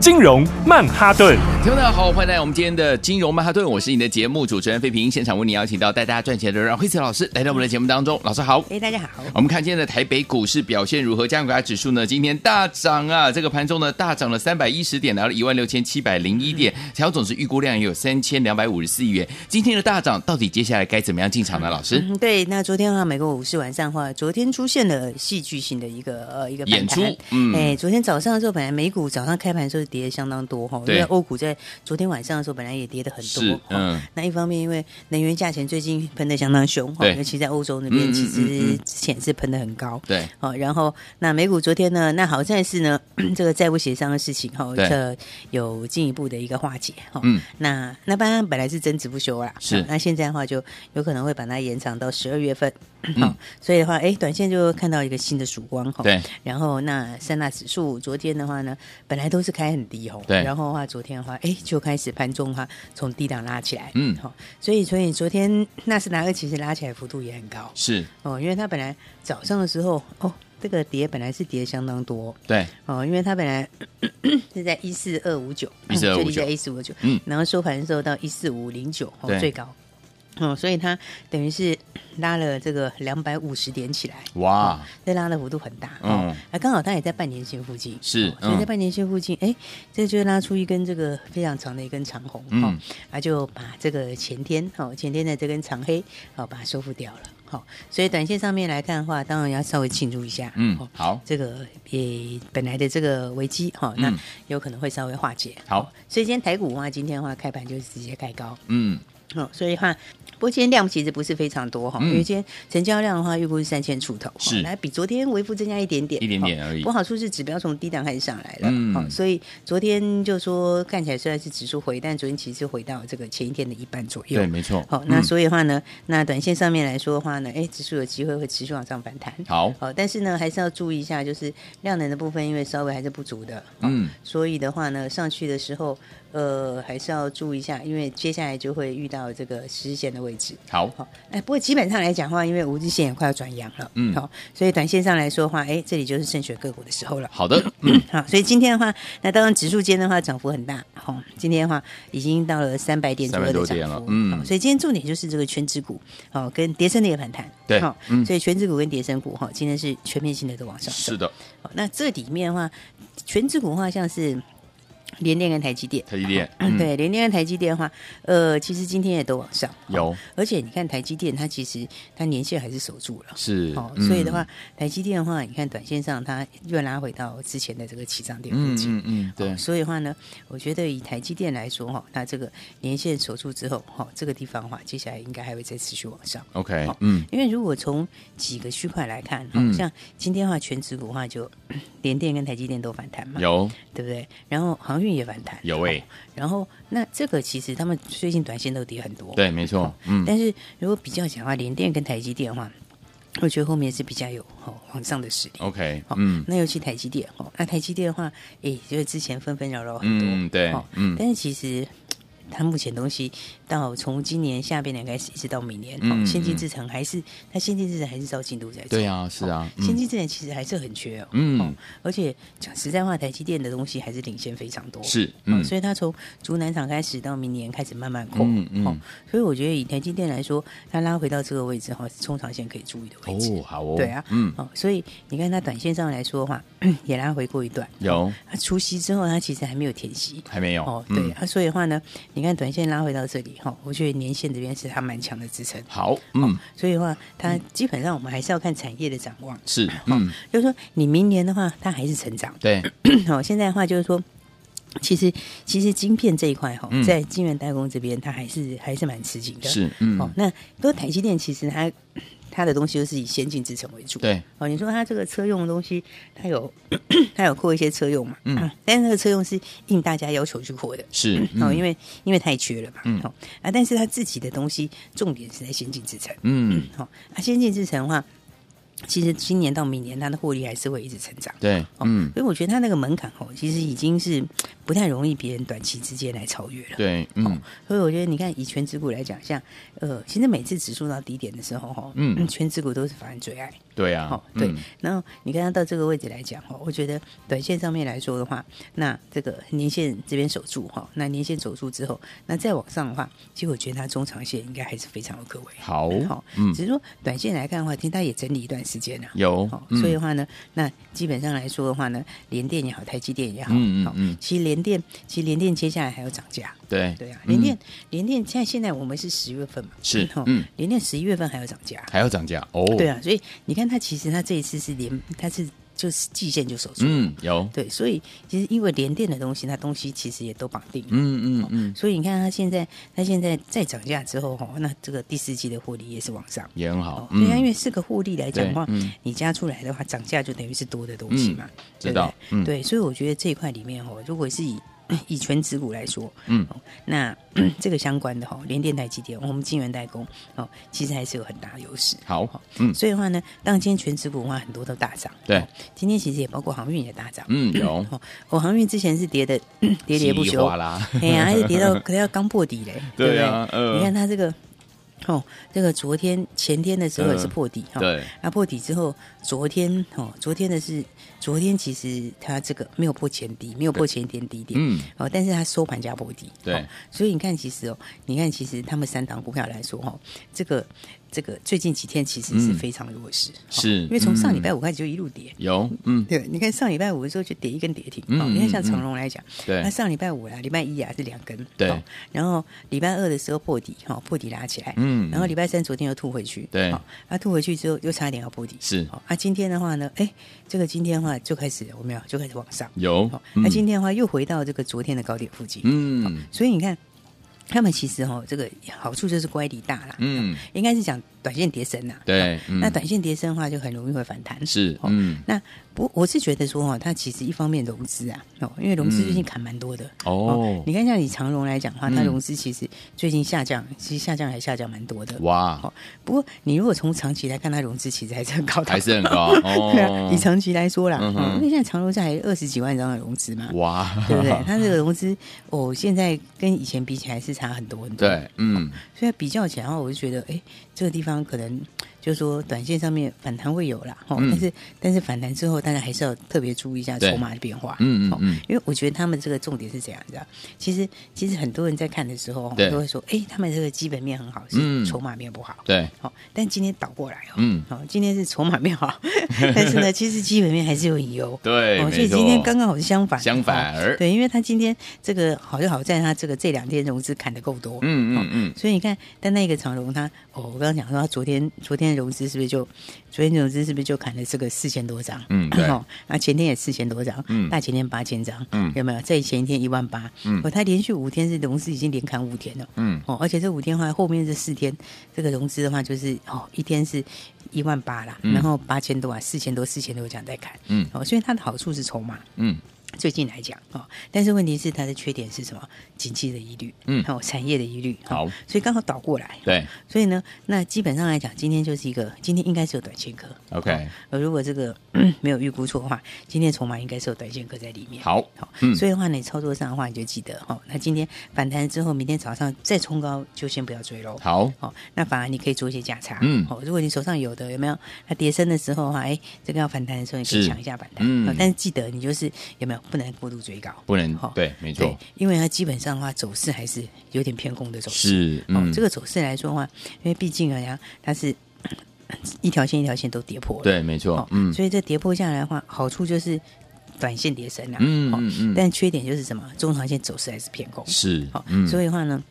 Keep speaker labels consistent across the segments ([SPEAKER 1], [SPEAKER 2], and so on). [SPEAKER 1] 金融曼哈顿。
[SPEAKER 2] 听众大家好，欢迎来到我们今天的金融曼哈顿，我是你的节目主持人费平。现场为你邀请到带大家赚钱的阮慧慈老师来到我们的节目当中，老师好。
[SPEAKER 3] 哎，大家好。
[SPEAKER 2] 我们看今天的台北股市表现如何？加权指数呢？今天大涨啊！这个盘中呢大涨了三百一十点，来到一万六千七百零一点，调总值预估量也有三千两百五十四亿元。今天的大涨啊到底接下来该怎么样进场呢？老师，
[SPEAKER 3] 嗯，对，那昨天的话，美国股市晚上的话，昨天出现了戏剧性的一个呃一个
[SPEAKER 2] 演
[SPEAKER 3] 反弹
[SPEAKER 2] 出嗯
[SPEAKER 3] 哎、昨天早上的时候，本来美股早上开盘的时候跌的相当多哈，因
[SPEAKER 2] 对
[SPEAKER 3] 为欧股在昨天晚上的时候本来也跌的很
[SPEAKER 2] 是
[SPEAKER 3] 多，
[SPEAKER 2] 嗯
[SPEAKER 3] 嗯，那一方面因为能源价钱最近喷的相当凶哈，
[SPEAKER 2] 对
[SPEAKER 3] 尤其在欧洲那
[SPEAKER 2] 嗯嗯
[SPEAKER 3] 边，
[SPEAKER 2] 嗯
[SPEAKER 3] 其
[SPEAKER 2] 嗯
[SPEAKER 3] 实之前是喷的很高，
[SPEAKER 2] 对，
[SPEAKER 3] 好，哦然后那美股昨天呢，那好在是呢， 这个债务协商的事情哈，
[SPEAKER 2] 对
[SPEAKER 3] 这有进一步的一个化解哈。
[SPEAKER 2] 嗯，
[SPEAKER 3] 那那班本来是争执不休啦，
[SPEAKER 2] 是
[SPEAKER 3] 好那现在的话就有可能会把它延长到十二月份，好，所以的话，哎，短线就看到一个新的曙光
[SPEAKER 2] 嗯
[SPEAKER 3] 哈。
[SPEAKER 2] 对，
[SPEAKER 3] 然后那三大指数昨天的话呢，本来都是开很低哦，
[SPEAKER 2] 对
[SPEAKER 3] 然后的话昨天的话，哎，就开始盘中的话从低档拉起来，
[SPEAKER 2] 嗯
[SPEAKER 3] 好，所以所以昨天纳斯达克其实拉起来幅度也很高，
[SPEAKER 2] 是，
[SPEAKER 3] 哦，因为它本来早上的时候，哦，这个跌本来是跌相当多
[SPEAKER 2] 对，
[SPEAKER 3] 哦，因为它本来 是在一四二五九，
[SPEAKER 2] 14259
[SPEAKER 3] 就离在一四五九，
[SPEAKER 2] 嗯
[SPEAKER 3] 然后收盘的时候到一四五零九，哦
[SPEAKER 2] 对，
[SPEAKER 3] 最高，哦，所以它等于是拉了这个两百五十点起来，
[SPEAKER 2] 哇
[SPEAKER 3] 哦，这拉的幅度很大，
[SPEAKER 2] 嗯
[SPEAKER 3] 哦，啊，刚好它也在半年线附近，
[SPEAKER 2] 是
[SPEAKER 3] 哦所以
[SPEAKER 2] 嗯
[SPEAKER 3] 在半年线附近，哎，这就拉出一根这个非常长的一根长红，哦
[SPEAKER 2] 嗯，
[SPEAKER 3] 啊，就把这个前天哦，前天的这根长黑哦，把它收复掉了。好、所以短线上面来看的话，当然要稍微庆祝一下。
[SPEAKER 2] 嗯
[SPEAKER 3] 哦，
[SPEAKER 2] 好，
[SPEAKER 3] 这个也本来的这个危机哈、哦，那
[SPEAKER 2] 嗯
[SPEAKER 3] 有可能会稍微化解。
[SPEAKER 2] 好，
[SPEAKER 3] 所以今天台股的话，今天的话开盘就直接开高。
[SPEAKER 2] 嗯，
[SPEAKER 3] 哦，所以的话，不过今天量其实不是非常多哈、
[SPEAKER 2] 嗯
[SPEAKER 3] 因为今天成交量的话预估是三千出头，哦
[SPEAKER 2] 是
[SPEAKER 3] 来比昨天微幅增加一点点，
[SPEAKER 2] 一点点
[SPEAKER 3] 哦
[SPEAKER 2] 而已
[SPEAKER 3] 不过好处是指标从低档开始上来了，
[SPEAKER 2] 嗯
[SPEAKER 3] 好、所以昨天就说看起来虽然是指数回，但昨天其实回到这个前一天的一半左右
[SPEAKER 2] 对，。没错。
[SPEAKER 3] 好、那
[SPEAKER 2] 嗯
[SPEAKER 3] 所以的话呢，那短线上面来说的话呢，哎，指数有机会会持续往上反弹。
[SPEAKER 2] 好，
[SPEAKER 3] 好、但是呢，还是要注意一下，就是量能的部分，因为稍微还是不足的。哦
[SPEAKER 2] 嗯，
[SPEAKER 3] 所以的话呢，上去的时候，呃，还是要注意一下，因为接下来就会遇到这个十日线的位置。
[SPEAKER 2] 好，
[SPEAKER 3] 好，哎，不过基本上来讲的话，因为五日线也快要转阳了，
[SPEAKER 2] 嗯
[SPEAKER 3] 好、所以短线上来说的话，哎，这里就是慎选个股的时候了。
[SPEAKER 2] 好的，嗯，
[SPEAKER 3] 好，所以今天的话，那当然指数间的话涨幅很大，好、今天的话已经到了三百点左右的
[SPEAKER 2] 300多点
[SPEAKER 3] 涨
[SPEAKER 2] 了
[SPEAKER 3] 幅，
[SPEAKER 2] 嗯
[SPEAKER 3] 好所以今天重点就是这个全指股，哦，跟跌升的也反弹，
[SPEAKER 2] 对
[SPEAKER 3] 好
[SPEAKER 2] 嗯
[SPEAKER 3] 所以全指股跟跌升股，哈、今天是全面性的都往上走
[SPEAKER 2] 是，的，
[SPEAKER 3] 好哦那这里面的话，全指股的话像是联电跟台积电，
[SPEAKER 2] 台积电嗯
[SPEAKER 3] 嗯对，联电跟台积电的话，呃，其实今天也都往上，
[SPEAKER 2] 有
[SPEAKER 3] 而且你看台积电，它其实它年限还是守住了。
[SPEAKER 2] 是嗯
[SPEAKER 3] 哦，所以的话，，台积电的话，你看短线上它又拉回到之前的这个起涨点附
[SPEAKER 2] 嗯
[SPEAKER 3] 近。
[SPEAKER 2] 嗯嗯，对
[SPEAKER 3] 哦，所以的话呢，我觉得以台积电来说哈，那这个年限守住之后，哈，这个地方的话，接下来应该还会再持续往上。
[SPEAKER 2] ，OK，
[SPEAKER 3] 好
[SPEAKER 2] 嗯，
[SPEAKER 3] 因为如果从几个区块来看，好
[SPEAKER 2] 嗯
[SPEAKER 3] 像今天的话，全指股的话就 联电跟台积电都反弹嘛，
[SPEAKER 2] 有
[SPEAKER 3] 对不对？然后航运也反弹，
[SPEAKER 2] 有欸诶，
[SPEAKER 3] 然后那这个其实他们最近短线都跌很多，。
[SPEAKER 2] 对，没错，嗯，
[SPEAKER 3] 但是如果比较起来的话，联电跟台积电的话，我觉得后面是比较有哦往上的实力。
[SPEAKER 2] OK，
[SPEAKER 3] 哦
[SPEAKER 2] 嗯，
[SPEAKER 3] 那尤其台积电哦，那台积电的话，也就是之前纷纷扰扰很多，
[SPEAKER 2] 嗯，对
[SPEAKER 3] 哦，
[SPEAKER 2] 嗯，
[SPEAKER 3] 但是其实。它目前东西到从今年下半年开始，一直到明年，
[SPEAKER 2] 嗯
[SPEAKER 3] 哦，先进
[SPEAKER 2] 嗯
[SPEAKER 3] 制程还是它先进制程还是照进度在走。
[SPEAKER 2] 对啊，是啊，
[SPEAKER 3] 先
[SPEAKER 2] 嗯，
[SPEAKER 3] 进制程其实还是很缺哦。
[SPEAKER 2] 嗯
[SPEAKER 3] 哦而且讲实在话，台积电的东西还是领先非常多。
[SPEAKER 2] 是，
[SPEAKER 3] 嗯，
[SPEAKER 2] 嗯，
[SPEAKER 3] 所以它从竹南厂开始到明年开始慢慢扩，
[SPEAKER 2] 嗯嗯
[SPEAKER 3] 哦，所以我觉得以台积电来说，它拉回到这个位置哈，是中长线可以注意的位置。
[SPEAKER 2] 哦，好哦，
[SPEAKER 3] 对啊，
[SPEAKER 2] 嗯，
[SPEAKER 3] 哦，所以你看它短线上来说的话， 也拉回过一段。
[SPEAKER 2] 有
[SPEAKER 3] 它除夕之后，它其实还没有填息。
[SPEAKER 2] 还没有？
[SPEAKER 3] 哦，
[SPEAKER 2] 嗯
[SPEAKER 3] 对，，啊，所以的话呢，你看短线拉回到这里哈、哦，我觉得年线这边是它蛮强的支撑，
[SPEAKER 2] 好，嗯，
[SPEAKER 3] 所以的话，它基本上我们还是要看产业的展望，
[SPEAKER 2] 是，嗯，
[SPEAKER 3] 就是说你明年的话，它还是成长，
[SPEAKER 2] 对，
[SPEAKER 3] 哦，现在的话就是说。其实，其实晶片这一块哈、
[SPEAKER 2] 嗯
[SPEAKER 3] 在晶圆代工这边，它还是还是蛮吃紧的。
[SPEAKER 2] 是，嗯
[SPEAKER 3] 哦，，那不过台积电其实它它的东西都是以先进制程为主。
[SPEAKER 2] 对，
[SPEAKER 3] 哦，你说它这个车用的东西，它有它有扩一些车用嘛？啊
[SPEAKER 2] 嗯，
[SPEAKER 3] 但是那个车用是应大家要求去扩的。
[SPEAKER 2] 是，
[SPEAKER 3] 哦，
[SPEAKER 2] 嗯
[SPEAKER 3] 因为因为太缺了嘛，
[SPEAKER 2] 嗯
[SPEAKER 3] 哦啊，但是它自己的东西重点是在先进制程，
[SPEAKER 2] 嗯，
[SPEAKER 3] 哦，啊，先进制程的话，其实今年到明年它的获利还是会一直成长，
[SPEAKER 2] 对，
[SPEAKER 3] 哦，
[SPEAKER 2] 嗯，
[SPEAKER 3] 所以我觉得它那个门槛哦，其实已经是不太容易别人短期之间来超越了。哦
[SPEAKER 2] 对，嗯，
[SPEAKER 3] 所以我觉得，你看以全指股来讲，像呃，其实每次指数到低点的时候，哦哈，
[SPEAKER 2] 嗯
[SPEAKER 3] 全指股都是法人最爱，
[SPEAKER 2] 对
[SPEAKER 3] 哦
[SPEAKER 2] 啊，，
[SPEAKER 3] 对
[SPEAKER 2] 嗯。
[SPEAKER 3] 然后你看它到这个位置来讲，哦，我觉得短线上面来说的话，那这个年线这边守住哈，那年线守住之后，那再往上的话，其实我觉得它中长线应该还是非常有可为。
[SPEAKER 2] 好
[SPEAKER 3] 好，，
[SPEAKER 2] 嗯，
[SPEAKER 3] 只是说短线来看的话，其实它也整理一段时间了、
[SPEAKER 2] 有
[SPEAKER 3] 好，，
[SPEAKER 2] 嗯
[SPEAKER 3] 所以的话呢，那基本上来说的话呢，联电也好，台积电也好，
[SPEAKER 2] 嗯嗯
[SPEAKER 3] 好
[SPEAKER 2] 嗯
[SPEAKER 3] 其实联电，其实联电接下来还要涨价，
[SPEAKER 2] 对，
[SPEAKER 3] 对啊，
[SPEAKER 2] 嗯
[SPEAKER 3] 联电，联电现在现在我们是十月份嘛，
[SPEAKER 2] 是
[SPEAKER 3] 哦
[SPEAKER 2] 嗯
[SPEAKER 3] 联电十一月份还要涨价，
[SPEAKER 2] 还要涨价哦，
[SPEAKER 3] 对，啊，所以你看它其实它这一次是连它是就是季线就守住，
[SPEAKER 2] 嗯，有，
[SPEAKER 3] 对，啊所以其实因为联电的东西，它东西其实也都绑定了。
[SPEAKER 2] 嗯嗯嗯，
[SPEAKER 3] 所以你看，它现在，它现在再涨价之后，哦，那这个第四季的获利也是往上。
[SPEAKER 2] 也很
[SPEAKER 3] 哦
[SPEAKER 2] 好，，嗯
[SPEAKER 3] 对啊，因
[SPEAKER 2] 为
[SPEAKER 3] 为是个获利来讲的话
[SPEAKER 2] 对嗯，
[SPEAKER 3] 你加出来的话，涨价就等于是多的东西嘛，对
[SPEAKER 2] 知
[SPEAKER 3] 不
[SPEAKER 2] 道
[SPEAKER 3] 对？
[SPEAKER 2] 嗯
[SPEAKER 3] 对，所以我觉得这一块里面哦，如果是以以全指股来说，
[SPEAKER 2] 嗯
[SPEAKER 3] 哦，那 这个相关的哦，联电、台积电，我们晶圆代工哦，其实还是有很大的优势。
[SPEAKER 2] 好，嗯
[SPEAKER 3] 所以的话呢，当然今天全指股的话，很多都大涨。
[SPEAKER 2] 对
[SPEAKER 3] 哦，今天其实也包括航运也大涨。
[SPEAKER 2] 嗯有，
[SPEAKER 3] 哦，我航运之前是跌的 跌跌不
[SPEAKER 2] 稀里
[SPEAKER 3] 休
[SPEAKER 2] 哗，啦，
[SPEAKER 3] 哎呀，还是跌到可能要刚破底嘞，对不
[SPEAKER 2] 对
[SPEAKER 3] 对？
[SPEAKER 2] 啊呃
[SPEAKER 3] 你看它这个，哦，这个昨天前天的时候也是
[SPEAKER 2] 嗯
[SPEAKER 3] 破底哈、
[SPEAKER 2] 对，
[SPEAKER 3] 那破底之后，昨天哦，昨天的是昨天其实它这个没有破前低，没有破前一天低点，
[SPEAKER 2] 嗯
[SPEAKER 3] 哦，但是它收盘价破底，
[SPEAKER 2] 对
[SPEAKER 3] 哦所以你看其实哦，你看其实他们三档股票来说哈、哦，这个这个最近几天其实是
[SPEAKER 2] 嗯
[SPEAKER 3] 非常弱势，哦
[SPEAKER 2] 是
[SPEAKER 3] 因为从上礼
[SPEAKER 2] 嗯
[SPEAKER 3] 拜五开始就一路跌。
[SPEAKER 2] 有，嗯
[SPEAKER 3] 对，你看上礼拜五的时候就跌一根跌停，哦
[SPEAKER 2] 嗯
[SPEAKER 3] 你看像
[SPEAKER 2] 嗯
[SPEAKER 3] 长荣来讲，
[SPEAKER 2] 对
[SPEAKER 3] 那上礼拜五啦，礼拜一啊是两根，
[SPEAKER 2] 对
[SPEAKER 3] 哦然后礼拜二的时候破底，哈、破底拉起来，
[SPEAKER 2] 嗯
[SPEAKER 3] 然后礼拜三昨天又吐回去，
[SPEAKER 2] 对
[SPEAKER 3] 哦啊吐回去之后又差一点要破底，
[SPEAKER 2] 是
[SPEAKER 3] 哦，啊今天的话呢，哎，这个今天的话就开始我们要就开始往上，
[SPEAKER 2] 有
[SPEAKER 3] 哦，，那、
[SPEAKER 2] 嗯
[SPEAKER 3] 今天的话又回到这个昨天的高点附近，
[SPEAKER 2] 嗯
[SPEAKER 3] 所以你看。他们其实哦，这个好处就是乖离大啦，
[SPEAKER 2] 嗯
[SPEAKER 3] 应该是讲短线跌升啦。
[SPEAKER 2] 对，嗯
[SPEAKER 3] 那短线跌升的话，就很容易会反弹。
[SPEAKER 2] 是
[SPEAKER 3] 哦
[SPEAKER 2] 嗯
[SPEAKER 3] 那不，我是觉得说哦，它其实一方面融资啊，哦，因为融资最近砍蛮多的。
[SPEAKER 2] 哦
[SPEAKER 3] 你看像以长荣来讲的话，它
[SPEAKER 2] 嗯
[SPEAKER 3] 融资其实最近下降，其实下降还下降蛮多的。
[SPEAKER 2] 哇
[SPEAKER 3] 哦，不过你如果从长期来看，它融资其实还是很高的，
[SPEAKER 2] 还是很 高
[SPEAKER 3] 对啊
[SPEAKER 2] 哦，
[SPEAKER 3] 以长期来说啦，
[SPEAKER 2] 嗯哼
[SPEAKER 3] 嗯因为现在长荣价还二十几万张的融资嘛，
[SPEAKER 2] 哇，
[SPEAKER 3] 对不 对？它这个融资哦，现在跟以前比起来是差很多很多。
[SPEAKER 2] 对，嗯
[SPEAKER 3] 所以比较起来的话，我就觉得，哎，这个地方可能就是说，短线上面反弹会有啦，哦，
[SPEAKER 2] 嗯
[SPEAKER 3] 但是但是反弹之后，大家还是要特别注意一下
[SPEAKER 2] 对
[SPEAKER 3] 筹码的变化，
[SPEAKER 2] 嗯
[SPEAKER 3] 哦
[SPEAKER 2] 嗯嗯，
[SPEAKER 3] 因为我觉得他们这个重点是这样子啊，其实其实很多人在看的时候，
[SPEAKER 2] 对
[SPEAKER 3] 都会说，哎，他们这个基本面很好，是
[SPEAKER 2] 嗯
[SPEAKER 3] 筹码面不好，
[SPEAKER 2] 对，
[SPEAKER 3] 好、但今天倒过来哦，
[SPEAKER 2] 嗯
[SPEAKER 3] 哦，今天是筹码面好， 但是呢，其实基本面还是有隐忧，
[SPEAKER 2] 对
[SPEAKER 3] 哦，所以
[SPEAKER 2] 没错
[SPEAKER 3] 今天刚刚好是相反，
[SPEAKER 2] 相反
[SPEAKER 3] 哦对，因为他今天这个好就好在他这个这两天融资砍的够多，
[SPEAKER 2] 嗯
[SPEAKER 3] 哦
[SPEAKER 2] 嗯嗯
[SPEAKER 3] 所以你看，但那个长荣它，哦，我刚刚讲说，它昨天昨天融资是不是就，昨天融资是不是就砍了这个四千多张？
[SPEAKER 2] 嗯对
[SPEAKER 3] 哦，那前天也四千多张，
[SPEAKER 2] 嗯
[SPEAKER 3] 大前天八千张，
[SPEAKER 2] 嗯
[SPEAKER 3] 有没有？在前一天一万八，
[SPEAKER 2] 嗯
[SPEAKER 3] 哦，它连续五天是融资已经连砍五天了，
[SPEAKER 2] 嗯，
[SPEAKER 3] 哦，而且这五天的话，后面这四天这个融资的话，就是哦，一天是一万八啦，
[SPEAKER 2] 嗯
[SPEAKER 3] 然后八千多啊，四千多，四千多这样在砍，
[SPEAKER 2] 嗯
[SPEAKER 3] 哦，所以它的好处是筹码，
[SPEAKER 2] 嗯
[SPEAKER 3] 最近来讲哦，但是问题是它的缺点是什么？景气的疑虑，
[SPEAKER 2] 嗯
[SPEAKER 3] 还有产业的疑虑，哦
[SPEAKER 2] 好，
[SPEAKER 3] 所以刚好倒过来，
[SPEAKER 2] 对
[SPEAKER 3] 所以呢，那基本上来讲，今天就是一个，今天应该是有短线客。
[SPEAKER 2] ，OK，
[SPEAKER 3] 呃，如果这个 没有预估错的话，今天筹码应该是有短线客在里面。
[SPEAKER 2] 好
[SPEAKER 3] 好，
[SPEAKER 2] 嗯
[SPEAKER 3] 所以的话呢，你操作上的话，你就记得哦。那今天反弹之后，明天早上再冲高，就先不要追喽。
[SPEAKER 2] 好，
[SPEAKER 3] 哦，那反而你可以做一些价差。
[SPEAKER 2] 嗯
[SPEAKER 3] 哦，如果你手上有的有没有？那跌升的时候的话，哎，这个要反弹的时候，你可以
[SPEAKER 2] 是
[SPEAKER 3] 抢一下反弹。
[SPEAKER 2] 嗯
[SPEAKER 3] 哦但是记得你就是有没有不能过度追高。
[SPEAKER 2] 不能
[SPEAKER 3] 好
[SPEAKER 2] 对，没
[SPEAKER 3] 对
[SPEAKER 2] 错，，
[SPEAKER 3] 因为它基本上的话走势还是有点偏空的走势。
[SPEAKER 2] 是，
[SPEAKER 3] 哦
[SPEAKER 2] 嗯，，
[SPEAKER 3] 这个走势来说的话，因为毕竟啊，呀，它是 一条线一条线都跌破了，
[SPEAKER 2] 对，没错
[SPEAKER 3] 哦，，
[SPEAKER 2] 嗯
[SPEAKER 3] 所以这跌破下来的话，好处就是短线跌升啦、
[SPEAKER 2] 嗯
[SPEAKER 3] 哦
[SPEAKER 2] 嗯嗯，
[SPEAKER 3] 但缺点就是什么，中长线走势还是偏空，
[SPEAKER 2] 是
[SPEAKER 3] 好、，
[SPEAKER 2] 嗯，
[SPEAKER 3] 所以的话呢。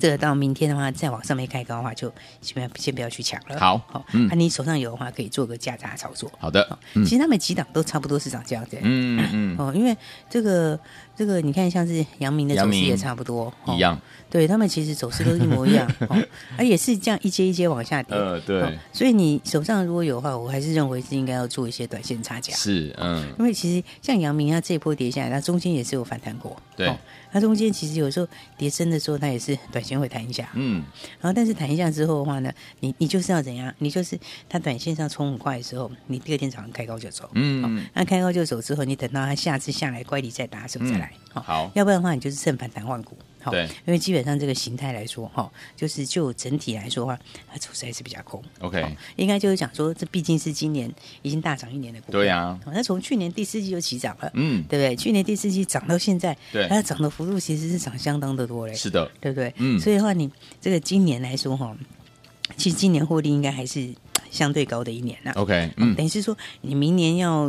[SPEAKER 3] 这个到明天的话，再往上面开高的话，就先不要先不要去抢了。
[SPEAKER 2] 好
[SPEAKER 3] 好，啊
[SPEAKER 2] 嗯
[SPEAKER 3] 那、你手上有的话，可以做个价差操作。
[SPEAKER 2] 好的
[SPEAKER 3] 好，
[SPEAKER 2] 嗯
[SPEAKER 3] 其实他们几档都差不多是长这样子、
[SPEAKER 2] 嗯嗯，
[SPEAKER 3] 哦，因为这个这个，你看像是阳明的
[SPEAKER 2] 阳
[SPEAKER 3] 走势
[SPEAKER 2] 明
[SPEAKER 3] 也差不多，哦
[SPEAKER 2] 嗯一样，
[SPEAKER 3] 对他们其实走势都一模 一样，哦，而也是这样一阶一阶往下跌。
[SPEAKER 2] 呃对
[SPEAKER 3] 哦所以你手上如果有的话，我还是认为是应该要做一些短线差价。
[SPEAKER 2] 是嗯
[SPEAKER 3] 因为其实像阳明啊，这一波跌下来，它中间也是有反弹过。
[SPEAKER 2] 对
[SPEAKER 3] 哦它中间其实有时候跌深的时候，它也是短线会弹一下。
[SPEAKER 2] 嗯，
[SPEAKER 3] 然后但是弹一下之后的话呢，你你就是要怎样？你就是它短线上冲很快的时候，你第二天早上开高就走。
[SPEAKER 2] 嗯
[SPEAKER 3] 哦那、开高就走之后，你等到它下次下来乖离再打手再来。哦
[SPEAKER 2] 嗯好
[SPEAKER 3] 要不然的话，你就是趁反弹换股。好
[SPEAKER 2] 对
[SPEAKER 3] 因为基本上这个形态来说，哈、就是就整体来说的话，它走势还是比较空。哦
[SPEAKER 2] ，OK，
[SPEAKER 3] 应该就是讲说，这毕竟是今年已经大涨一年的股票。
[SPEAKER 2] 对啊
[SPEAKER 3] 哦，那从去年第四季就起涨了，
[SPEAKER 2] 嗯
[SPEAKER 3] 对不对？去年第四季涨到现在，
[SPEAKER 2] 对
[SPEAKER 3] 它涨的幅度其实是涨相当的多嘞，
[SPEAKER 2] 是的，
[SPEAKER 3] 对不对？
[SPEAKER 2] 嗯
[SPEAKER 3] 所以的话你，这个今年来说哈，其实今年获利应该还是相对高的一年啦、
[SPEAKER 2] OK，嗯
[SPEAKER 3] 等于是说，你明年要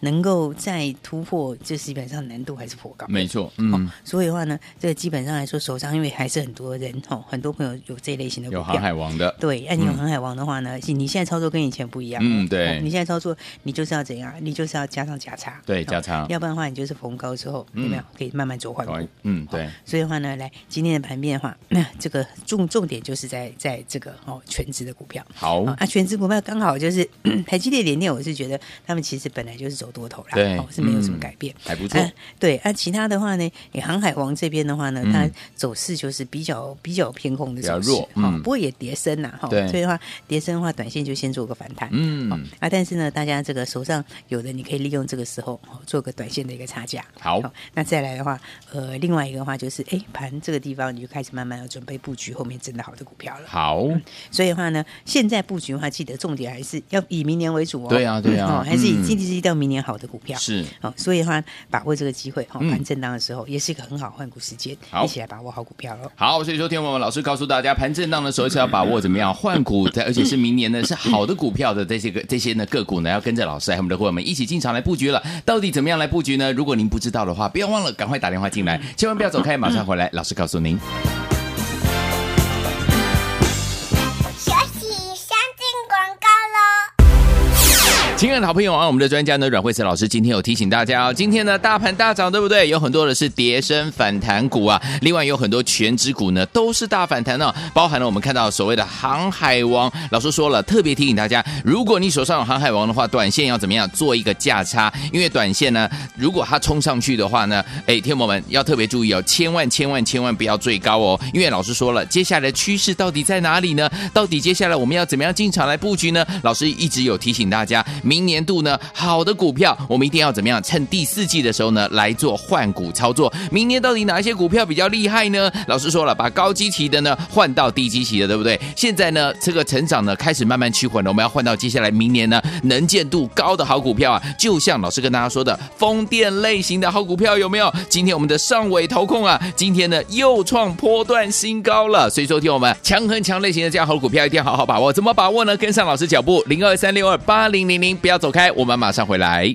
[SPEAKER 3] 能够再突破，这基本上难度还是颇高。
[SPEAKER 2] 没错，
[SPEAKER 3] 哦
[SPEAKER 2] 嗯，，
[SPEAKER 3] 所以的话呢，这个基本上来说，手上因为还是很多人哦，很多朋友有这类型的股
[SPEAKER 2] 有
[SPEAKER 3] 票，
[SPEAKER 2] 航海王的，
[SPEAKER 3] 对，那、你有
[SPEAKER 2] 嗯
[SPEAKER 3] 航海王的话呢，是你现在操作跟以前不一样了。
[SPEAKER 2] 嗯对
[SPEAKER 3] 哦你现在操作，你就是要怎样？你就是要加上价差。
[SPEAKER 2] 对嗯
[SPEAKER 3] 哦
[SPEAKER 2] 加差
[SPEAKER 3] 要不然的话，你就是逢高之后、有没有可以慢慢做换股？
[SPEAKER 2] 嗯
[SPEAKER 3] 哦
[SPEAKER 2] 对，
[SPEAKER 3] 所以的话呢，来今天的盘面的话，那这个重重点就是在在这个哦全职的股票。
[SPEAKER 2] 好
[SPEAKER 3] 哦，啊，全职股票刚好就是 台积电、联电，我是觉得他们其实本来就是走多头啦，
[SPEAKER 2] 对
[SPEAKER 3] 哦、是没有什么
[SPEAKER 2] 嗯
[SPEAKER 3] 改变。
[SPEAKER 2] 还不错，
[SPEAKER 3] 啊对，啊，其他的话呢，你航海王这边的话呢，
[SPEAKER 2] 嗯
[SPEAKER 3] 它走势就是比较比较偏空的
[SPEAKER 2] 比较
[SPEAKER 3] 走势，
[SPEAKER 2] 弱
[SPEAKER 3] 哈
[SPEAKER 2] 嗯
[SPEAKER 3] 不过也跌升呐、哈、
[SPEAKER 2] 对
[SPEAKER 3] 所以的话，跌升的话，短线就先做个反弹，好
[SPEAKER 2] 嗯，
[SPEAKER 3] 啊，但是呢，大家这个手上有的，你可以利用这个时候哦做个短线的一个差价。
[SPEAKER 2] 好
[SPEAKER 3] 那再来的话，呃，另外一个的话就是，哎，盘这个地方你就开始慢慢要准备布局后面真的好的嗯股票了。
[SPEAKER 2] 好，
[SPEAKER 3] 所以的话呢，现在布局的话，记得重点还是要以明年为主哦。
[SPEAKER 2] 对啊对啊
[SPEAKER 3] 哦，还是以
[SPEAKER 2] 嗯
[SPEAKER 3] 尽力是到明年好的股票。
[SPEAKER 2] 是
[SPEAKER 3] 哦，所以的话，把握这个机会，哈、哦，
[SPEAKER 2] 嗯
[SPEAKER 3] 盘震荡的时候也是一个很好换股时间，
[SPEAKER 2] 好
[SPEAKER 3] 一起来把握好股票喽。
[SPEAKER 2] 好，所以说，听我们老师告诉大家，盘震荡的时候是要把握怎么样换股，在而且是明年呢是好的股票的这些个这些呢个股呢，要跟着老师还有我们的伙伴们一起进场来布局了。到底怎么样来布局呢？如果您不知道的话，不要忘了赶快打电话进来，千万不要走开，马上回来，老师告诉您。
[SPEAKER 4] 学习先进广告喽。
[SPEAKER 2] 亲爱的好朋友啊，我们的专家呢阮慧慈老师今天有提醒大家哦，今天呢大盘大涨，对不对？有很多的是跌升反弹股啊，另外有很多全指股呢都是大反弹哦，包含了我们看到所谓的航海王，老师说了，特别提醒大家，如果你手上有航海王的话，短线要怎么样做一个价差？因为短线呢，如果它冲上去的话呢，哎，天友们要特别注意哦，千万千万千万不要追高哦，因为老师说了，接下来的趋势到底在哪里呢？到底接下来我们要怎么样进场来布局呢？老师一直有提醒大家，明年度呢，好的股票我们一定要怎么样？趁第四季的时候呢，来做换股操作。明年到底哪一些股票比较厉害呢？老师说了，把高基期的呢换到低基期的，对不对？现在呢，这个成长呢开始慢慢趋缓了，我们要换到接下来明年呢能见度高的好股票啊，就像老师跟大家说的，风电类型的好股票有没有？今天我们的上尾投控啊，今天呢又创波段新高了，所以说听我们强横强类型的这样好股票一定要好好把握，怎么把握呢？跟上老师脚步，零二三六二八零零零，不要走开，我们马上回来。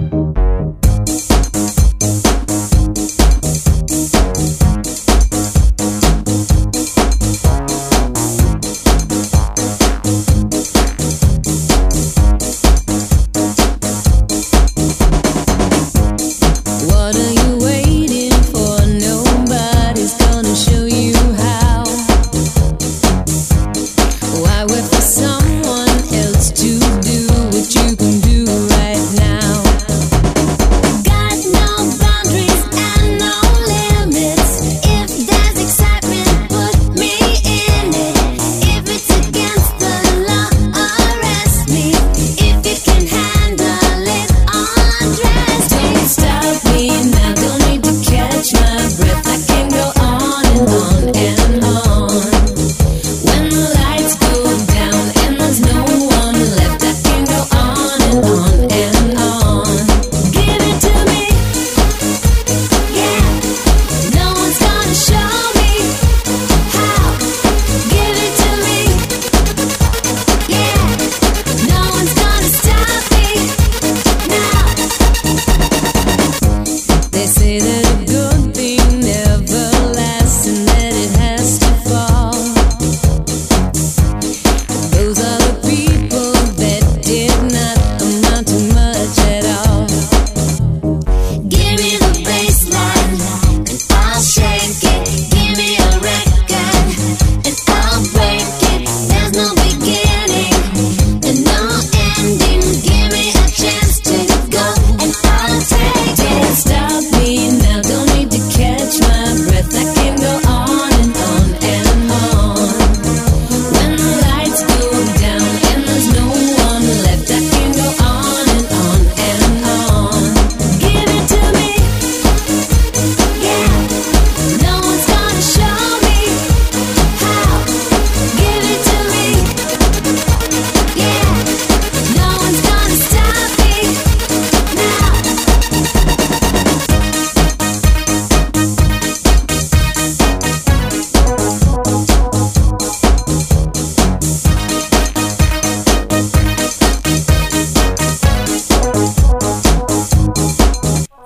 [SPEAKER 5] What are you waiting for? Nobody's gonna show you how. Why wait for someone else to do what you can do right now? Got no boundaries and no limits. If there's excitement, put me in it. If it's against the law, arrest me. If you can handle it, undress me. Don't stop me now. Don't need to catch my breath. I can go on and on and on. When the lights go down and there's no one left, I can go on and on and on. Give it to me, yeah. No one's gonna show me how. Give it to me, yeah. No one's gonna stop me now. They say that a good thing never lasts and that it has to fall. Those are the people that did not amount to much at all. Give me the baseline and I'll shake it. Give me a record and I'll break it. There's no beginning and no ending. Give me a chance to go and I'll take it. Don't stop me now. Don't need to catch my breath. I can go on and on and on. When the lights go down and there's no one left, I can go on and on and on. Give it to me, yeah. No one's gonna show me how. Give it to me, yeah. No one's gonna stop me now.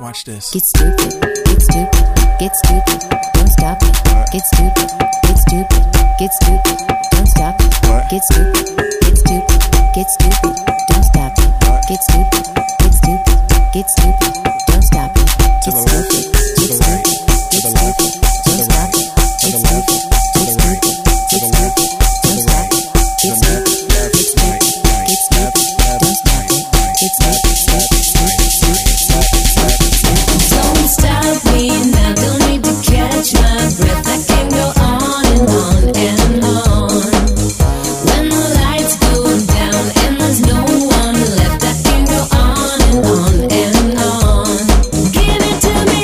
[SPEAKER 6] Watch this.
[SPEAKER 5] Get stupid, get stupid, get stupid, don't stop it. Get stupid, get stupid, get stupid, don't stop it.
[SPEAKER 6] What?
[SPEAKER 5] Get stupid, get stupid, get stupid, don't stop it.
[SPEAKER 6] What?
[SPEAKER 5] Get stupid, get stupid, get stupid, don't stop it.
[SPEAKER 6] To
[SPEAKER 5] Get
[SPEAKER 6] the left,
[SPEAKER 5] stupid, get
[SPEAKER 6] to the right,
[SPEAKER 5] stupid,
[SPEAKER 6] to
[SPEAKER 5] get
[SPEAKER 6] the left,
[SPEAKER 5] stupid,
[SPEAKER 6] to
[SPEAKER 5] don't
[SPEAKER 6] the
[SPEAKER 5] stop it.
[SPEAKER 6] right, to
[SPEAKER 5] Get
[SPEAKER 6] the left,
[SPEAKER 5] stupid,
[SPEAKER 6] to
[SPEAKER 5] get stupid, get
[SPEAKER 6] the right, to the
[SPEAKER 5] stupid,
[SPEAKER 6] left, to
[SPEAKER 5] don't stop it.
[SPEAKER 6] the right, to
[SPEAKER 5] Get
[SPEAKER 6] the
[SPEAKER 5] stupid, get stupid, get stupid, don't stop it. Get stupid,
[SPEAKER 6] left, left, right, right, left,
[SPEAKER 5] stupid, stupid, stupid. Don't stop me now, don't need to catch my breath. I can go on and on and on. When the lights go down and there's no one left, I can go on and on and on. Give it to me.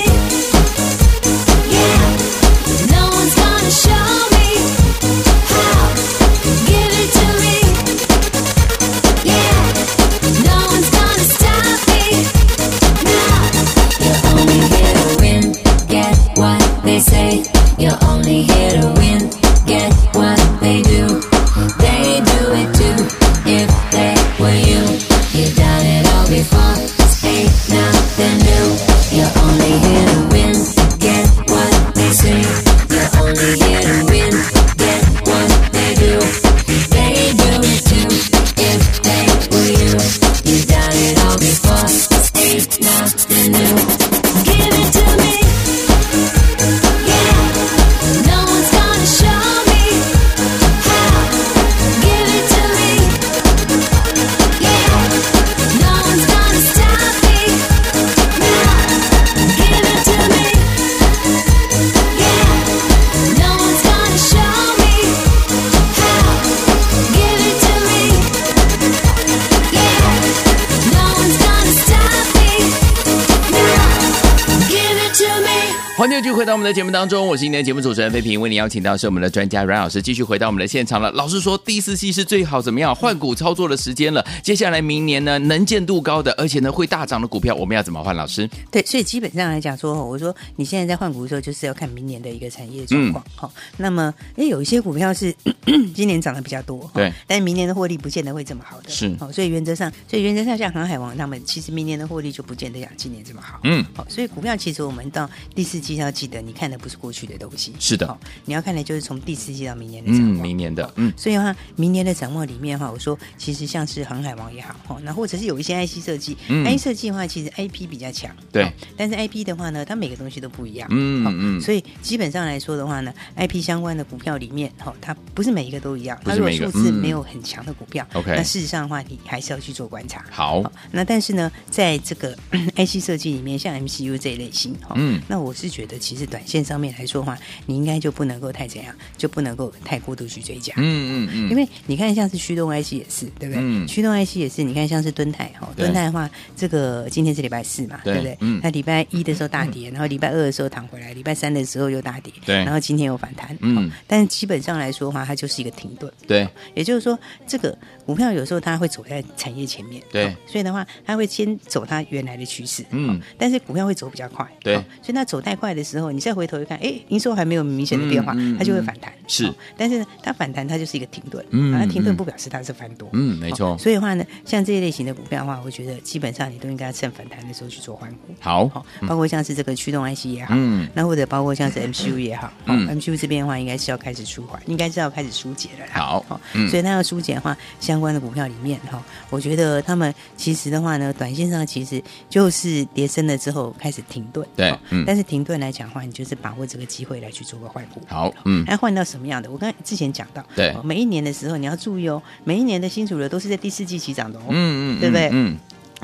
[SPEAKER 2] 欢迎继续回到我们的节目当中，我是今天的节目主持人飞平，为您邀请到是我们的专家阮老师，继续回到我们的现场了。老师说第四季是最好怎么样换股操作的时间了，接下来明年呢能见度高的，而且呢会大涨的股票，我们要怎么换？老师，
[SPEAKER 3] 对，所以基本上来讲说，哦我说你现在在换股的时候，就是要看明年的一个产业状
[SPEAKER 2] 嗯
[SPEAKER 3] 况。好、那么因为有一些股票是 今年涨得比较多，哈
[SPEAKER 2] 对，
[SPEAKER 3] 但明年的获利不见得会这么好的，
[SPEAKER 2] 是
[SPEAKER 3] 好、所以原则上，所以原则上像航海王他们，其实明年的获利就不见得像今年这么好。
[SPEAKER 2] 嗯，
[SPEAKER 3] 好、所以股票其实我们到第四季要记得，你看的不是过去的东西，
[SPEAKER 2] 是的
[SPEAKER 3] 好你要看的就是从第四季到明年的展
[SPEAKER 2] 嗯，
[SPEAKER 3] 望。
[SPEAKER 2] 明年的，嗯，
[SPEAKER 3] 所以的话，明年的展望里面的话，我说其实像是航海王也好，哈，那或者是有一些 IC 设计、
[SPEAKER 2] 嗯
[SPEAKER 3] i 设计的话，其实 IP 比较强，
[SPEAKER 2] 对
[SPEAKER 3] 哦但是 IP 的话呢，它每个东西都不一样，
[SPEAKER 2] 嗯
[SPEAKER 3] 哦
[SPEAKER 2] 嗯
[SPEAKER 3] 所以基本上来说的话呢，IP 相关的股票里面，哈、它不是每一个都一样，
[SPEAKER 2] 不
[SPEAKER 3] 它
[SPEAKER 2] 是
[SPEAKER 3] 如果
[SPEAKER 2] 每一个
[SPEAKER 3] 数字
[SPEAKER 2] 嗯
[SPEAKER 3] 没有很强的股票，
[SPEAKER 2] OK
[SPEAKER 3] 那事实上的话，你还是要去做观察。
[SPEAKER 2] 好，
[SPEAKER 3] 好那但是呢，在这个 IC 设计里面，像 MCU 这一类型，哈、
[SPEAKER 2] 嗯
[SPEAKER 3] 那我是觉得其实短线上面来说的话，你应该就不能够太怎样，就不能够太过度去追加，
[SPEAKER 2] 嗯嗯嗯，
[SPEAKER 3] 因为你看像是驱动 IC 也是，对不对？
[SPEAKER 2] 嗯
[SPEAKER 3] 驱动 IC 也是，你看像是敦泰哈，
[SPEAKER 2] 对
[SPEAKER 3] 敦泰的话，这个今天是礼拜四嘛，
[SPEAKER 2] 对
[SPEAKER 3] 对不对？
[SPEAKER 2] 嗯
[SPEAKER 3] 那礼拜一的时候大跌，然后礼拜二的时候躺回来，礼拜三的时候又大跌，
[SPEAKER 2] 对
[SPEAKER 3] 然后今天又反弹，
[SPEAKER 2] 嗯
[SPEAKER 3] 哦但是基本上来说的话，它就是一个停顿，
[SPEAKER 2] 对，
[SPEAKER 3] 也就是说，这个股票有时候它会走在产业前面，
[SPEAKER 2] 对
[SPEAKER 3] 哦所以的话，它会先走它原来的趋势，
[SPEAKER 2] 嗯
[SPEAKER 3] 哦但是股票会走比较快，
[SPEAKER 2] 对
[SPEAKER 3] 所以它走太快的时候，你再回头一看，哎，营收还没有明显的变化，
[SPEAKER 2] 嗯嗯
[SPEAKER 3] 它就会反弹，
[SPEAKER 2] 是
[SPEAKER 3] 但是呢它反弹它就是一个停顿，
[SPEAKER 2] 嗯
[SPEAKER 3] 啊它停
[SPEAKER 2] 嗯
[SPEAKER 3] 顿不表示它是翻多，
[SPEAKER 2] 嗯，没错
[SPEAKER 3] 哦，所以的话呢，像这一类型的股票的话，我觉得基本上你都应该趁反弹的时候去做换股。
[SPEAKER 2] 好
[SPEAKER 3] 好，包括像是这个驱动 IC 也好，
[SPEAKER 2] 嗯
[SPEAKER 3] 那或者包括像是 MCU 也好，哦
[SPEAKER 2] 嗯
[SPEAKER 3] MCU 这边的话，应该是要开始舒缓，应该是要开始疏解了啦。
[SPEAKER 2] 好
[SPEAKER 3] 哦
[SPEAKER 2] 嗯
[SPEAKER 3] 所以那要疏解的话，相关的股票里面哈、哦我觉得他们其实的话呢，短线上其实就是跌升了之后开始停顿，
[SPEAKER 2] 对
[SPEAKER 3] 哦
[SPEAKER 2] 嗯
[SPEAKER 3] 但是停顿来讲的话，你就是把握这个机会来去做个换股。
[SPEAKER 2] 好，嗯，
[SPEAKER 3] 那换到什么样的？我刚才之前讲到，
[SPEAKER 2] 对
[SPEAKER 3] 哦每一年的时候你要注意哦，每一年的新主流都是在第四季起涨的哦。
[SPEAKER 2] 嗯嗯，
[SPEAKER 3] 对不对
[SPEAKER 2] 嗯，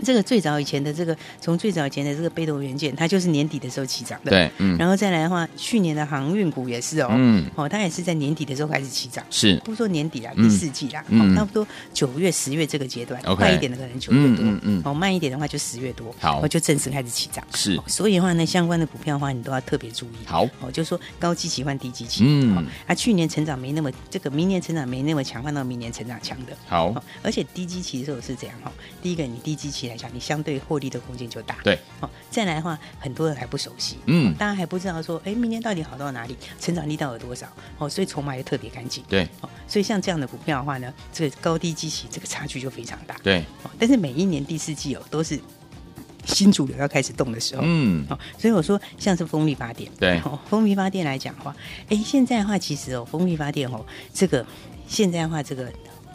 [SPEAKER 3] 这个最早以前的这个，从最早以前的这个被动元件，它就是年底的时候起涨的。
[SPEAKER 2] 对，嗯，
[SPEAKER 3] 然后再来的话，去年的航运股也是哦，
[SPEAKER 2] 嗯，
[SPEAKER 3] 哦，它也是在年底的时候开始起涨。
[SPEAKER 2] 是，
[SPEAKER 3] 不说年底啦，
[SPEAKER 2] 嗯
[SPEAKER 3] 第四季啦，
[SPEAKER 2] 嗯
[SPEAKER 3] 哦，差不多九月、十月这个阶段，
[SPEAKER 2] OK
[SPEAKER 3] 快一点的可能九月多，
[SPEAKER 2] 嗯嗯嗯
[SPEAKER 3] 哦，慢一点的话就十月多，
[SPEAKER 2] 好
[SPEAKER 3] 哦，就正式开始起涨。
[SPEAKER 2] 是
[SPEAKER 3] 哦，所以的话呢，相关的股票的话，你都要特别注意。
[SPEAKER 2] 好
[SPEAKER 3] 哦，就说高基期换低基期，
[SPEAKER 2] 嗯
[SPEAKER 3] 哦啊，去年成长没那么，这个明年成长没那么强，换到明年成长强的。
[SPEAKER 2] 好
[SPEAKER 3] 哦，而且低基期的时候是这样哈、哦，第一个你低基期来讲，你相对获利的空间就大。
[SPEAKER 2] 对，
[SPEAKER 3] 哦，再来的话，很多人还不熟悉，
[SPEAKER 2] 嗯
[SPEAKER 3] 大家还不知道说，哎，明年到底好到哪里，成长力道有多少，哦，所以筹码又特别干净。
[SPEAKER 2] 对
[SPEAKER 3] 哦，所以像这样的股票的话呢，这个高低基期这个差距就非常大。
[SPEAKER 2] 对，
[SPEAKER 3] 哦，但是每一年第四季哦，都是新主流要开始动的时候。
[SPEAKER 2] 嗯，
[SPEAKER 3] 哦，所以我说像是风力发电，
[SPEAKER 2] 对
[SPEAKER 3] 哦，风力发电来讲的话，哎，现在的话其实哦，风力发电哦，这个现在的话，这个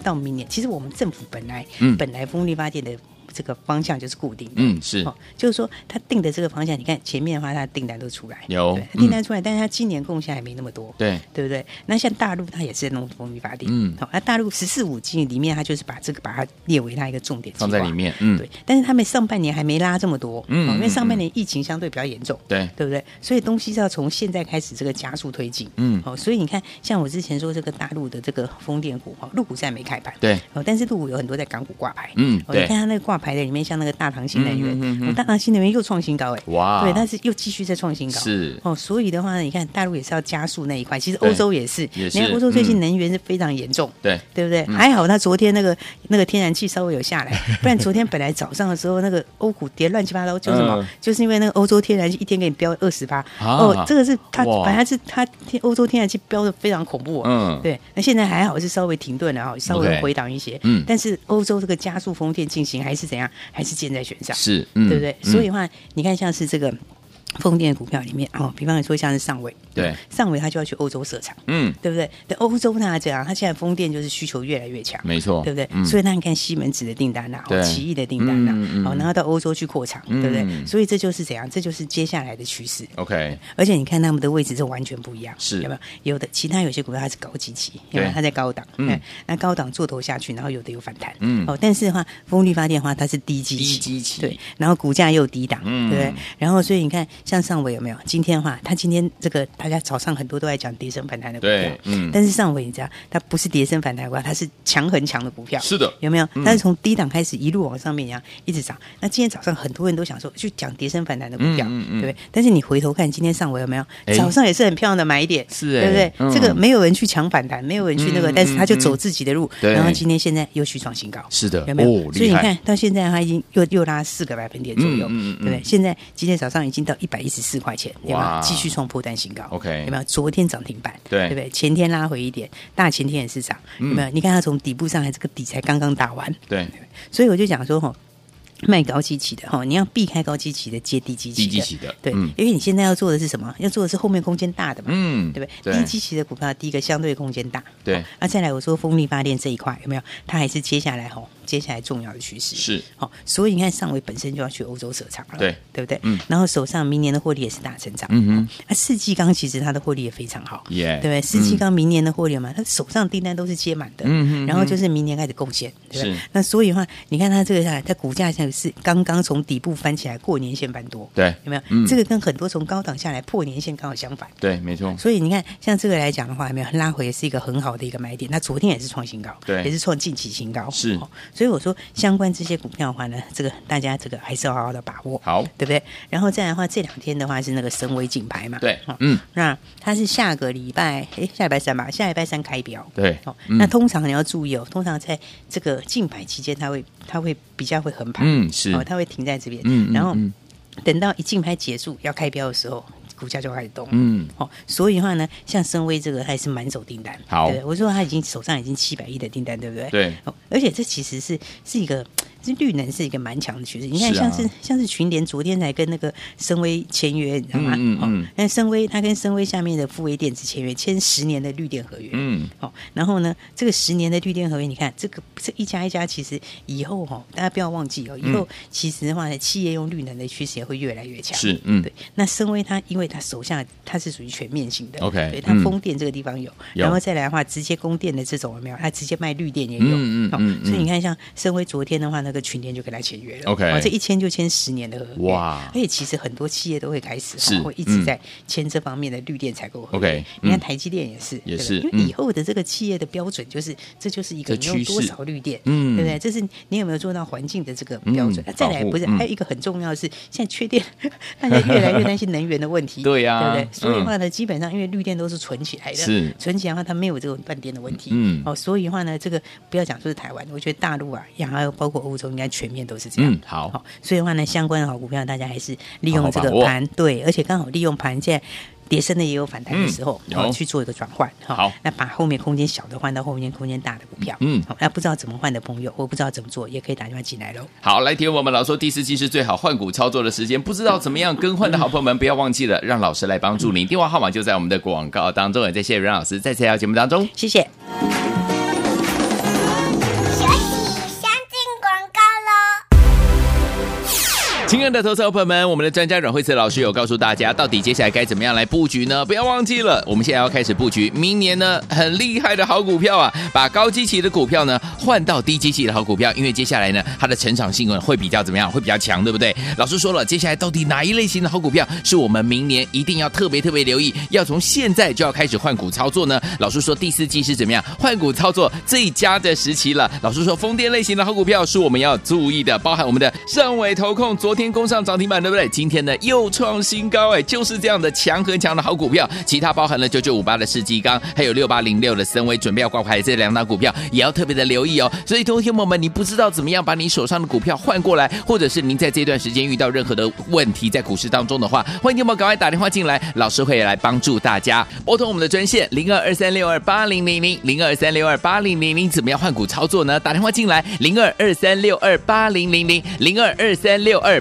[SPEAKER 3] 到明年，其实我们政府本来、
[SPEAKER 2] 嗯
[SPEAKER 3] 本来风力发电的这个方向就是固定的，
[SPEAKER 2] 嗯是
[SPEAKER 3] 哦，就是说他定的这个方向，你看前面的话，他订单都出来，
[SPEAKER 2] 有
[SPEAKER 3] 对
[SPEAKER 2] 嗯
[SPEAKER 3] 订单出来，但是他今年贡献还没那么多，
[SPEAKER 2] 对
[SPEAKER 3] 对不对？那像大陆，它也是在弄风力发电，
[SPEAKER 2] 嗯
[SPEAKER 3] 哦好、那大陆“十四五”计里面，它就是把这个把它列为它一个重点计划
[SPEAKER 2] 放在里面，嗯，
[SPEAKER 3] 对，但是他们上半年还没拉这么多，
[SPEAKER 2] 嗯
[SPEAKER 3] 哦因为
[SPEAKER 2] 嗯
[SPEAKER 3] 上半年疫情相对比较严重，
[SPEAKER 2] 对
[SPEAKER 3] 对不对？所以东西是要从现在开始这个加速推进，
[SPEAKER 2] 嗯
[SPEAKER 3] 哦，所以你看，像我之前说这个大陆的这个风电股，哈、哦，陆股现在没开盘，
[SPEAKER 2] 对，
[SPEAKER 3] 哦，但是陆股有很多在港股挂牌，
[SPEAKER 2] 嗯
[SPEAKER 3] 哦，你
[SPEAKER 2] 对
[SPEAKER 3] 看它那个挂牌的里面，像那个大唐新能源，
[SPEAKER 2] 嗯嗯嗯嗯
[SPEAKER 3] 哦大唐新能源又创新高，哎，
[SPEAKER 2] 哇
[SPEAKER 3] 对，但是又继续在创新高，
[SPEAKER 2] 是
[SPEAKER 3] 哦，所以的话呢，你看大陆也是要加速那一块，其实
[SPEAKER 2] 对
[SPEAKER 3] 欧洲也是，
[SPEAKER 2] 也
[SPEAKER 3] 你看
[SPEAKER 2] 是
[SPEAKER 3] 欧洲最近
[SPEAKER 2] 嗯
[SPEAKER 3] 能源是非常严重，
[SPEAKER 2] 对
[SPEAKER 3] 对不对？还好他昨天那个那个天然气稍微有下来，不然昨天本来早上的时候那个欧股跌乱七八糟，就是什么？
[SPEAKER 2] 嗯
[SPEAKER 3] 就是因为那个欧洲天然气一天给你飙二十八，
[SPEAKER 2] 啊
[SPEAKER 3] 哦，这个是它
[SPEAKER 2] 哇
[SPEAKER 3] 本来是它天欧洲天然气飙的非常恐怖、哦，
[SPEAKER 2] 嗯
[SPEAKER 3] 对。那现在还好是稍微停顿了哈，稍微
[SPEAKER 2] OK
[SPEAKER 3] 回档一些，
[SPEAKER 2] 嗯
[SPEAKER 3] 但是欧洲这个加速风电进行还是怎样？还是箭在弦上，
[SPEAKER 2] 是，嗯，
[SPEAKER 3] 对不对？
[SPEAKER 2] 嗯
[SPEAKER 3] 所以的话，你看像是这个风电股票里面哦，比方说像是上尾，
[SPEAKER 2] 对
[SPEAKER 3] 上尾它就要去欧洲设厂，
[SPEAKER 2] 嗯，
[SPEAKER 3] 对不对？对欧洲它这样，它现在风电就是需求越来越强，
[SPEAKER 2] 没错，
[SPEAKER 3] 对不对？
[SPEAKER 2] 嗯
[SPEAKER 3] 所以那你看西门子的订单呐、
[SPEAKER 2] 对
[SPEAKER 3] 啊，奇异的订单呐、哦
[SPEAKER 2] 嗯嗯嗯
[SPEAKER 3] 好、然后到欧洲去扩厂，对不
[SPEAKER 2] 嗯
[SPEAKER 3] 对？所以这就是怎样，这就是接下来的趋势。
[SPEAKER 2] OK，
[SPEAKER 3] 而且你看他们的位置是完全不一样，
[SPEAKER 2] 是
[SPEAKER 3] 有没有？有的其他有些股票它是高基期，有没有？
[SPEAKER 2] 对
[SPEAKER 3] 它在高档，
[SPEAKER 2] 嗯
[SPEAKER 3] 哎那高档做头下去，然后有的有反弹，
[SPEAKER 2] 嗯
[SPEAKER 3] 哦，但是的话，风力发电的话它是低基期，
[SPEAKER 2] 低基期
[SPEAKER 3] 对，然后股价又低档，
[SPEAKER 2] 嗯
[SPEAKER 3] 对不对？然后所以你看，像上尾有没有？今天的话，它今天这个大家早上很多都在讲跌升反弹的股票
[SPEAKER 2] 对，嗯
[SPEAKER 3] 但是上尾你知道，它不是跌升反弹的股票，它是强很强的股票，
[SPEAKER 2] 是的
[SPEAKER 3] 有没有
[SPEAKER 2] 嗯？
[SPEAKER 3] 但是从低档开始一路往上面一样一直涨。那今天早上很多人都想说去讲跌升反弹的股票，
[SPEAKER 2] 嗯嗯嗯
[SPEAKER 3] 对不对？但是你回头看今天上尾有没有
[SPEAKER 2] 哎？
[SPEAKER 3] 早上也是很漂亮的买点，
[SPEAKER 2] 是哎
[SPEAKER 3] 对不对？
[SPEAKER 2] 嗯
[SPEAKER 3] 这个没有人去抢反弹，没有人去那个，
[SPEAKER 2] 嗯
[SPEAKER 3] 但是他就
[SPEAKER 2] 嗯嗯
[SPEAKER 3] 走自己的路，
[SPEAKER 2] 对
[SPEAKER 3] 然后今天现在又续创新高，
[SPEAKER 2] 是的
[SPEAKER 3] 有没有？
[SPEAKER 2] 哦
[SPEAKER 3] 所
[SPEAKER 2] 厉
[SPEAKER 3] 以你
[SPEAKER 2] 害
[SPEAKER 3] 看到现在它已经又又拉四个百分点左右，
[SPEAKER 2] 嗯嗯嗯
[SPEAKER 3] 对不对？现在今天早上已经到一百一十四块钱，有没
[SPEAKER 2] 哇
[SPEAKER 3] 有？继续创破单新高
[SPEAKER 2] OK
[SPEAKER 3] 有没有？昨天涨停板，
[SPEAKER 2] 对嗯
[SPEAKER 3] 对不对？前天拉回一点，大前天也是涨，有没有？你看它从底部上来，这个底才刚刚打完，
[SPEAKER 2] 对，
[SPEAKER 3] 所以我就讲说吼。卖高基期的哈，你要避开高基期的，接低基期的。
[SPEAKER 2] 低基期的
[SPEAKER 3] 对，
[SPEAKER 2] 嗯
[SPEAKER 3] 因为你现在要做的是什么？要做的是后面空间大的嘛，
[SPEAKER 2] 嗯
[SPEAKER 3] 对不
[SPEAKER 2] 对
[SPEAKER 3] 对？低基期的股票，第一个相对空间大，
[SPEAKER 2] 对
[SPEAKER 3] 好啊那、再来我说风力发电这一块有没有？它还是接下来吼，接下来重要的趋势
[SPEAKER 2] 是
[SPEAKER 3] 好、所以你看上尾本身就要去欧洲设厂了，
[SPEAKER 2] 对
[SPEAKER 3] 对不对？
[SPEAKER 2] 嗯
[SPEAKER 3] 然后手上明年的获利也是大成长，
[SPEAKER 2] 嗯哼
[SPEAKER 3] 哦那世纪钢其实它的获利也非常好，
[SPEAKER 2] 耶
[SPEAKER 3] 对不对？世纪钢明年的获利嘛，它手上订单都是接满的，
[SPEAKER 2] 嗯哼
[SPEAKER 3] 然后就是明年开始贡献，对不对
[SPEAKER 2] 是？
[SPEAKER 3] 那所以的话，你看它这个下来，它股价现在是刚刚从底部翻起来，过年线翻多，
[SPEAKER 2] 对
[SPEAKER 3] 有没有？
[SPEAKER 2] 嗯
[SPEAKER 3] 这个跟很多从高档下来破年线刚好相反。
[SPEAKER 2] 对，没错，
[SPEAKER 3] 所以你看，像这个来讲的话，有没有拉回是一个很好的一个买点？它昨天也是创新高，
[SPEAKER 2] 对
[SPEAKER 3] 也是创近期新高，
[SPEAKER 2] 是
[SPEAKER 3] 哦所以我说，相关这些股票的话呢，这个大家这个还是要好好的把握，
[SPEAKER 2] 好
[SPEAKER 3] 对不对？然后再来的话，这两天的话是那个神威竞牌嘛，
[SPEAKER 2] 对
[SPEAKER 3] 哦
[SPEAKER 2] 嗯，
[SPEAKER 3] 那它是下个礼拜，诶，下礼拜三吧，下礼拜三开标，
[SPEAKER 2] 对
[SPEAKER 3] 哦，
[SPEAKER 2] 嗯
[SPEAKER 3] 那通常你要注意哦，通常在这个竞牌期间，它会它会比较会横盘，
[SPEAKER 2] 嗯是
[SPEAKER 3] 哦，它会停在这边，
[SPEAKER 2] 嗯嗯
[SPEAKER 3] 然后
[SPEAKER 2] 嗯
[SPEAKER 3] 等到一竞拍结束要开标的时候，股价就开始动，
[SPEAKER 2] 嗯，
[SPEAKER 3] 哦，所以的话呢，像深威这个还是满手订单，
[SPEAKER 2] 好
[SPEAKER 3] 对我说他已经手上已经七百亿的订单，对不对？
[SPEAKER 2] 对
[SPEAKER 3] 哦，而且这其实是是一个。这绿能是一个蛮强的趋势，你看
[SPEAKER 2] 是啊
[SPEAKER 3] 像是、像是群联昨天才跟那个深威签约，你知道吗？
[SPEAKER 2] 嗯嗯嗯
[SPEAKER 3] 哦，那深威它跟深威下面的富威电子签约，签十年的绿电合约。
[SPEAKER 2] 嗯，
[SPEAKER 3] 哦，然后呢，这个十年的绿电合约，你看这个这一家一家，其实以后哈、哦，大家不要忘记哦，以
[SPEAKER 2] 嗯
[SPEAKER 3] 后其实的话呢，企业用绿能的趋势也会越来越强。
[SPEAKER 2] 是嗯
[SPEAKER 3] 对。那深威它，因为它手下它是属于全面性的
[SPEAKER 2] OK，
[SPEAKER 3] 对它
[SPEAKER 2] 嗯
[SPEAKER 3] 风电这个地方有，
[SPEAKER 2] 有
[SPEAKER 3] 然后再来的话，直接供电的这种有没有？它直接卖绿电也有，
[SPEAKER 2] 嗯嗯嗯
[SPEAKER 3] 所以你看，像深威昨天的话，那个群联就跟他签约了
[SPEAKER 2] OK
[SPEAKER 3] 哦这一签就签十年的合约，
[SPEAKER 2] 哇
[SPEAKER 3] 而且其实很多企业都会开始
[SPEAKER 2] 是
[SPEAKER 3] 哦会一直
[SPEAKER 2] 嗯
[SPEAKER 3] 在签这方面的绿电采购合约。
[SPEAKER 2] OK，
[SPEAKER 3] 你
[SPEAKER 2] 嗯
[SPEAKER 3] 看台积电也是，
[SPEAKER 2] 也
[SPEAKER 3] 对吧
[SPEAKER 2] 是
[SPEAKER 3] 因为
[SPEAKER 2] 嗯
[SPEAKER 3] 以后的这个企业的标准就是，这就是一个
[SPEAKER 2] 这
[SPEAKER 3] 你
[SPEAKER 2] 趋
[SPEAKER 3] 有
[SPEAKER 2] 势
[SPEAKER 3] 多少绿电，
[SPEAKER 2] 嗯
[SPEAKER 3] 对不对？这是你有没有做到环境的这个标准？
[SPEAKER 2] 嗯
[SPEAKER 3] 那再来
[SPEAKER 2] 保护
[SPEAKER 3] 不是
[SPEAKER 2] 嗯
[SPEAKER 3] 还有一个很重要的是，现在缺电，大家越来越担心能源的问题，
[SPEAKER 2] 对呀
[SPEAKER 3] 对不对？所以的
[SPEAKER 2] 嗯
[SPEAKER 3] 话呢，基本上因为绿电都是存起来的，
[SPEAKER 2] 是
[SPEAKER 3] 存起来的话，它没有这种断电的问题，
[SPEAKER 2] 嗯
[SPEAKER 3] 哦，所以的话呢，这个不要讲说是台湾，我觉得大陆啊，然后包括欧洲，应该全面都是这样。
[SPEAKER 2] 嗯好
[SPEAKER 3] 哦，所以的话呢，相关的好股票，大家还是利
[SPEAKER 2] 好
[SPEAKER 3] 用
[SPEAKER 2] 好
[SPEAKER 3] 这
[SPEAKER 2] 把
[SPEAKER 3] 个
[SPEAKER 2] 握
[SPEAKER 3] 盘，对，而且刚好利用盘现在。跌升的也有反弹的
[SPEAKER 2] 嗯
[SPEAKER 3] 时候，
[SPEAKER 2] 有
[SPEAKER 3] 哦，去做一个转换，哈
[SPEAKER 2] 好
[SPEAKER 3] 那把后面空间小的换到后面空间大的股票，
[SPEAKER 2] 嗯
[SPEAKER 3] 好、那不知道怎么换的朋友，或不知道怎么做，也可以打电话进来喽。
[SPEAKER 2] 好，来，听我们老说第四季是最好换股操作的时间，不知道怎么样更换的好朋友们，不要忘记了，让老师来帮助
[SPEAKER 3] 嗯
[SPEAKER 2] 您。电话号码就在我们的广告当中，也谢谢阮老师在这条节目当中。
[SPEAKER 3] 谢谢。
[SPEAKER 4] 学习先进广告喽。
[SPEAKER 2] 亲爱的投资者朋友们，我们的专家阮慧慈老师有告诉大家，到底接下来该怎么样来布局呢？不要忘记了，我们现在要开始布局明年呢很厉害的好股票啊，把高基期的股票呢换到低基期的好股票，因为接下来呢它的成长性呢会比较怎么样？会比较强，对不对？老师说了，接下来到底哪一类型的好股票是我们明年一定要特别特别留意，要从现在就要开始换股操作呢？老师说第四季是怎么样换股操作最佳的时期了？老师说风电类型的好股票是我们要注意的，包含我们的上尾投控，昨天攻上涨停板，对不对？今天呢又创新高，哎，就是这样的强很强的好股票。其他包含了九九五八的世纪钢，还有六八零六的森威，准备要挂牌这两档股票也要特别的留意哦。所以，同学们，你不知道怎么样把你手上的股票换过来，或者是您在这段时间遇到任何的问题在股市当中的话，欢迎你们赶快打电话进来，老师会来帮助大家。拨通我们的专线零二二三六二八零零零零二三六二八零零零，怎么样换股操作呢？打电话进来零二二三六二八零零零零二二三六二